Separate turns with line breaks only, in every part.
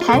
台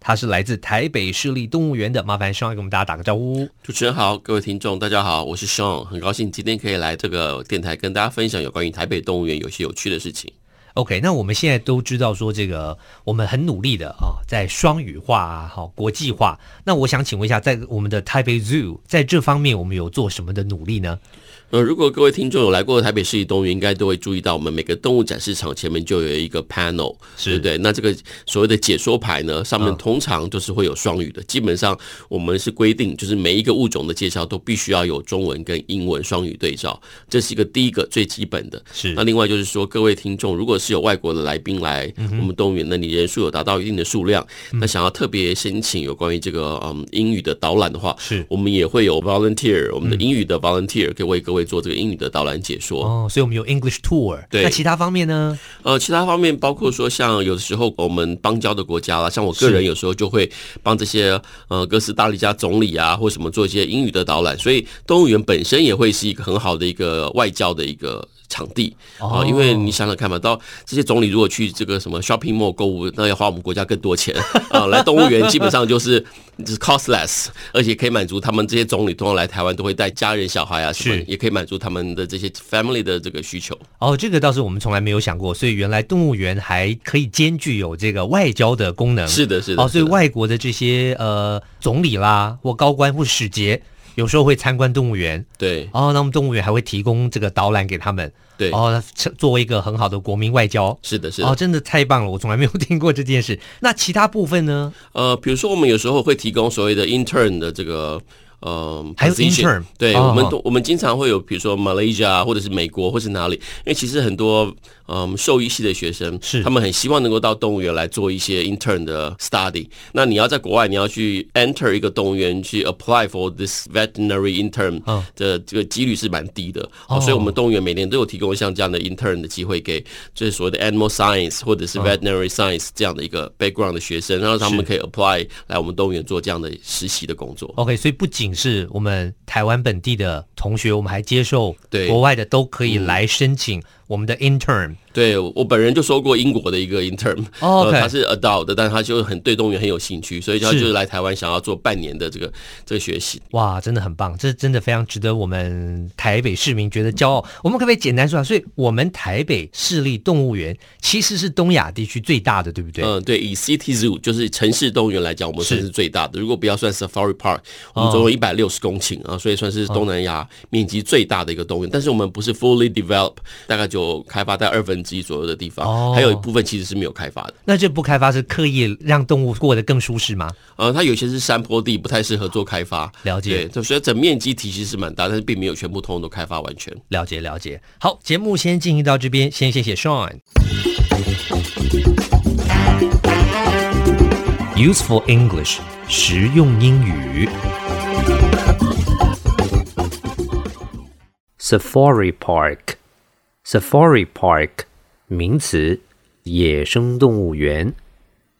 他是来自台北市立动物园的。麻烦 Sean 给我们大家打个招呼。
主持人好，各位听众大家好，我是 Sean，很高兴今天可以来这个电台跟大家分享有关于台北动物园有些有趣的事情。
OK，那我们现在都知道说这个我们很努力的啊，在双语化啊，好国际化。那我想请问一下，在我们的 Taipei Zoo 在这方面，我们有做什么的努力呢？
呃，如果各位听众有来过台北市立动物园，应该都会注意到，我们每个动物展示场前面就有一个 panel，
是
对不对？那这个所谓的解说牌呢，上面
嗯
通常就是会有双语的。基本上我们是规定，就是每一个物种的介绍都必须要有中文跟英文双语对照，这是一个第一个最基本的。
是
那另外就是说，各位听众，如果是有外国的来宾来
嗯
我们动物园，那你人数有达到一定的数量，那想要特别申请有关于这个嗯英语的导览的话，
是嗯
我们也会有 volunteer，我们的英语的 volunteer 可以为各位做这个英语的导览解说。
哦，所以我们有 English Tour。
对
那其他方面呢？
呃，其他方面包括说，像有的时候我们邦交的国家啦，像我个人有时候就会帮这些呃哥斯达黎加总理啊或什么做一些英语的导览，所以动物园本身也会是一个很好的一个外交的一个。场地啊、
哦
因为你想想看嘛，到这些总理如果去这个什么 shopping mall 购物，那要花我们国家更多钱啊、来动物园基本上就是就是 costless，而且可以满足他们这些总理通常来台湾都会带家人、小孩啊什么
是，
也可以满足他们的这些 family 的这个需求。
哦，这个倒是我们从来没有想过，所以原来动物园还可以兼具有这个外交的功能。
是的，是的。
哦，所以
是的
外国的这些呃总理啦，或高官或使节，有时候会参观动物园。
对
哦，那我们动物园还会提供这个导览给他们。
对，
哦，这作为一个很好的国民外交。
是的，是的。
哦，真的太棒了，我从来没有听过这件事。 那其他部分呢？
呃，比如说我们有时候会提供所谓的 intern 的这个。嗯，
还有
position
intern
对、
哦
我们都我们经常会有，比如说 Malaysia 啊或者是美国或是哪里，因为其实很多嗯兽医系的学生
是
他们很希望能够到动物园来做一些 intern 的 study。那你要在国外，你要去 enter 一个动物园去 apply for this veterinary intern
嗯
的这个几率是蛮低的，
哦
哦、所以我们动物园每年都有提供像这样的 intern 的机会给就是所谓的 animal science 或
哦
者是 veterinary science 这样的一个 background 的学生，然后他们可以 apply 来我们动物园做这样的实习的工作。
OK，所以不仅是我们台湾本地的同学，我们还接受
对
国外的都可以来申请我们的 intern。
对我本人就收过英国的一个 intern，、
哦，OK
呃、他是 adult 的，但他就很对动物园很有兴趣，所以他
是
就是来台湾想要做半年的这个这个学习。
哇，真的很棒，这真的非常值得我们台北市民觉得骄傲。我们可不可以简单说啊？所以我们台北市立动物园其实是东亚地区最大的，对不对？
嗯，对，以 City Zoo 就是城市动物园来讲，我们算
是哦
是最大的。如果不要算 Safari Park，我们总有一百六十公顷啊，所以算是东南亚面积最大的一个动物园。但是我们不是 fully develop，大概就开发在二分之一左右的地
哦
方，还有一部分其实是没有开发的。
那这不开发是刻意让动物过得更舒适吗？
呃，它有些是山坡地，不太适合做开发。
了解
对，所以整面积体积是蛮大，但是并没有全部通通都开发完全。
了解了解。好，节目先进行到这边，先谢谢 Sean。Useful English，实用英语。Safari Park，Safari Park，名词，野生动物园。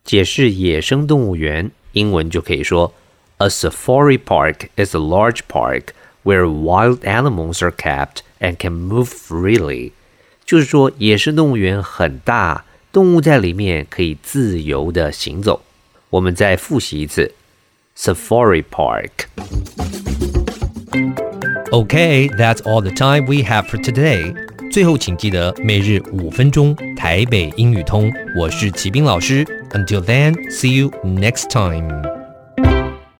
解释野生动物园，英文就可以说：A safari park is a large park where wild animals are kept and can move freely。就是说，野生动物园很大，动物在里面可以自由的行走。我们再复习一次：safari park。Okay, that's all the time we have for today. 最后，请记得每日五分钟台北英语通。我是齐斌老师。Until then, see you next time.